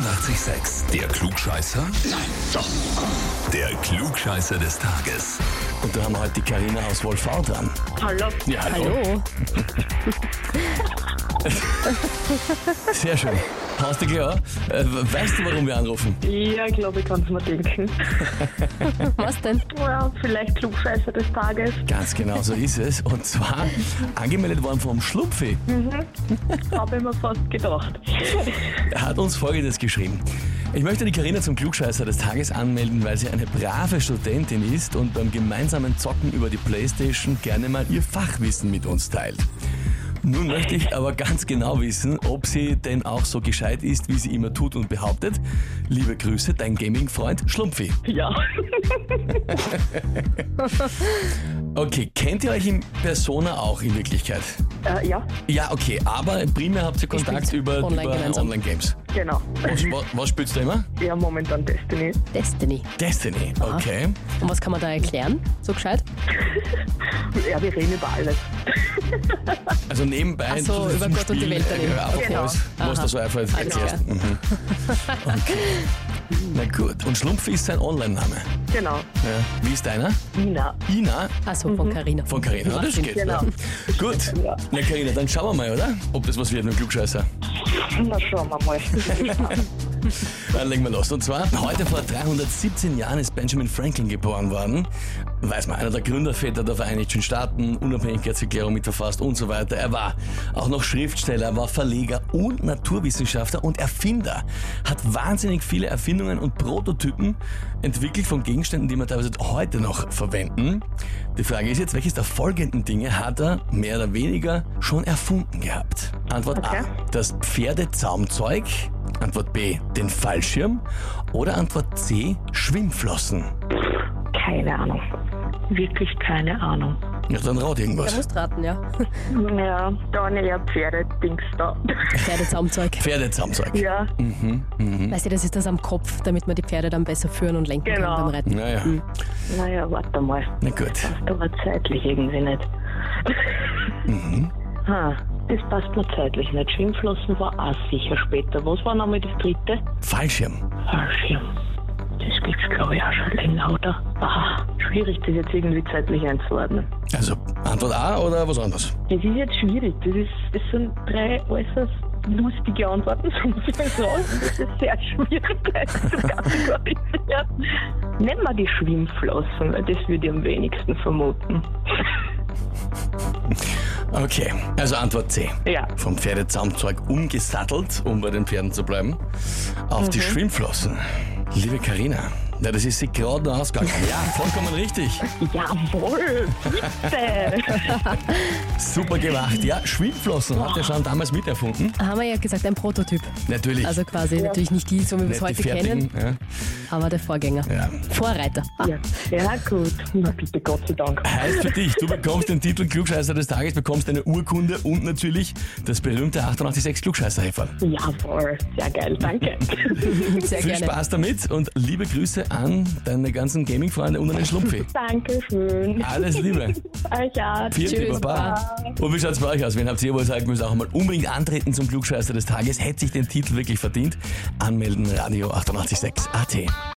886, der Klugscheißer? Nein, doch. Der Klugscheißer des Tages. Und da haben wir heute die Karina aus Wolfau dran. Hallo. Ja, hallo. Hallo. Sehr schön. Hast du klar? Äh, weißt du, warum wir anrufen? Ja, glaube ich, kann es mir denken. Was denn? Ja, vielleicht Klugscheißer des Tages. Ganz genau so ist es. Und zwar angemeldet worden vom Schlupfi. Habe ich mir fast gedacht. Er hat uns Folgendes geschrieben. Ich möchte die Karina zum Klugscheißer des Tages anmelden, weil sie eine brave Studentin ist und beim gemeinsamen Zocken über die Playstation gerne mal ihr Fachwissen mit uns teilt. Nun möchte ich aber ganz genau wissen, ob sie denn auch so gescheit ist, wie sie immer tut und behauptet. Liebe Grüße, dein Gaming-Freund Schlumpfi. Ja. Okay, kennt ihr euch in Persona auch in Wirklichkeit? äh, ja, Ja, okay, aber primär habt ihr Kontakt spielt über, online über gemeinsam. Online-Games. genau. Was, was, was spielst du immer? Ja, momentan Destiny. Destiny. Destiny, okay. Und was kann man da erklären? So gescheit? Ja, wir reden über alles. Also nebenbei Ach so, zusätzlich über zum Gott und die Spiel, Welt daneben. äh, Einfach Genau. alles, was Aha. da so einfällt. Alles klar. erzählst. Mhm. Okay. Na gut, und Schlumpfi ist sein Online-Name. Genau. Ja. Wie ist deiner? Ina. Ina Achso, von Carina. Mhm. von Karina. Das geht. Genau. ne? Gut. Ja. Na Karina, dann schauen wir mal, oder? Ob das was wird mit dem Klugscheißer. Na, schauen wir mal. Dann legen wir los. Und zwar, heute vor 317 Jahren ist Benjamin Franklin geboren worden. Weiß man, einer der Gründerväter der Vereinigten Staaten, Unabhängigkeitserklärung mitverfasst und so weiter. Er war auch noch Schriftsteller, war Verleger und Naturwissenschaftler und Erfinder. Hat wahnsinnig viele Erfindungen und Prototypen entwickelt von Gegenständen, die man teilweise heute noch verwenden. Die Frage ist jetzt, welches der folgenden Dinge hat er mehr oder weniger schon erfunden gehabt? Antwort Okay. A das Pferdezaumzeug? Antwort B, den Fallschirm? Oder Antwort C, Schwimmflossen? Keine Ahnung. Wirklich keine Ahnung. Ja, dann raut Da irgendwas. musst raten, ja. Ja, dann eher Pferdedings da. Pferdezaumzeug. Pferdezaumzeug. Ja, Weißt du, das ist das am Kopf, damit man die Pferde dann besser führen und lenken Genau. kann beim Reiten. Naja, naja, warte mal. na gut. Aber zeitlich irgendwie nicht. Ha, das passt mir zeitlich nicht. Schwimmflossen war auch sicher später. Was war nochmal das dritte? Fallschirm. Fallschirm. Das gibt's glaube ich auch schon länger, oder? Ah, schwierig, das jetzt irgendwie zeitlich einzuordnen. Also Antwort A oder was anderes? Das ist jetzt schwierig. Das, ist, das sind drei äußerst lustige Antworten, so muss ich mal sagen. Das ist sehr schwierig zu kategorisieren. Nehmen wir die Schwimmflossen, weil das würde ich am wenigsten vermuten. Okay, also Antwort C. Ja. Vom Pferdezaumzeug umgesattelt, um bei den Pferden zu bleiben, auf Mhm. die Schwimmflossen. Liebe Karina, na das ist sie gerade noch ausgegangen. Ja, vollkommen richtig. Jawohl, bitte. Super gemacht. Ja, Schwimmflossen hat er schon damals miterfunden. Haben wir ja gesagt, ein Prototyp. Natürlich. Also quasi natürlich nicht die, so wie wir es Nicht heute die fertigen, kennen, aber der Vorgänger. Ja. Vorreiter. Ah, ja. ja, gut. Na bitte, Gott sei Dank. Ja. Heißt für dich, du bekommst den Titel Klugscheißer des Tages, bekommst eine Urkunde und natürlich das berühmte 886 klugscheißer -Häferl. Jawohl, sehr geil, danke. sehr Viel gerne. Spaß damit und liebe Grüße an deine ganzen Gaming-Freunde und an den Schlumpfi. Dankeschön. Alles Liebe. Euch auch. Vielen Tschüss, Dank, Baba. Und wie schaut's bei euch aus? Wen habt ihr, wo ihr sagt, müsst auch mal unbedingt antreten zum Klugscheißer des Tages? Hätte sich den Titel wirklich verdient? Anmelden, Radio 886 AT.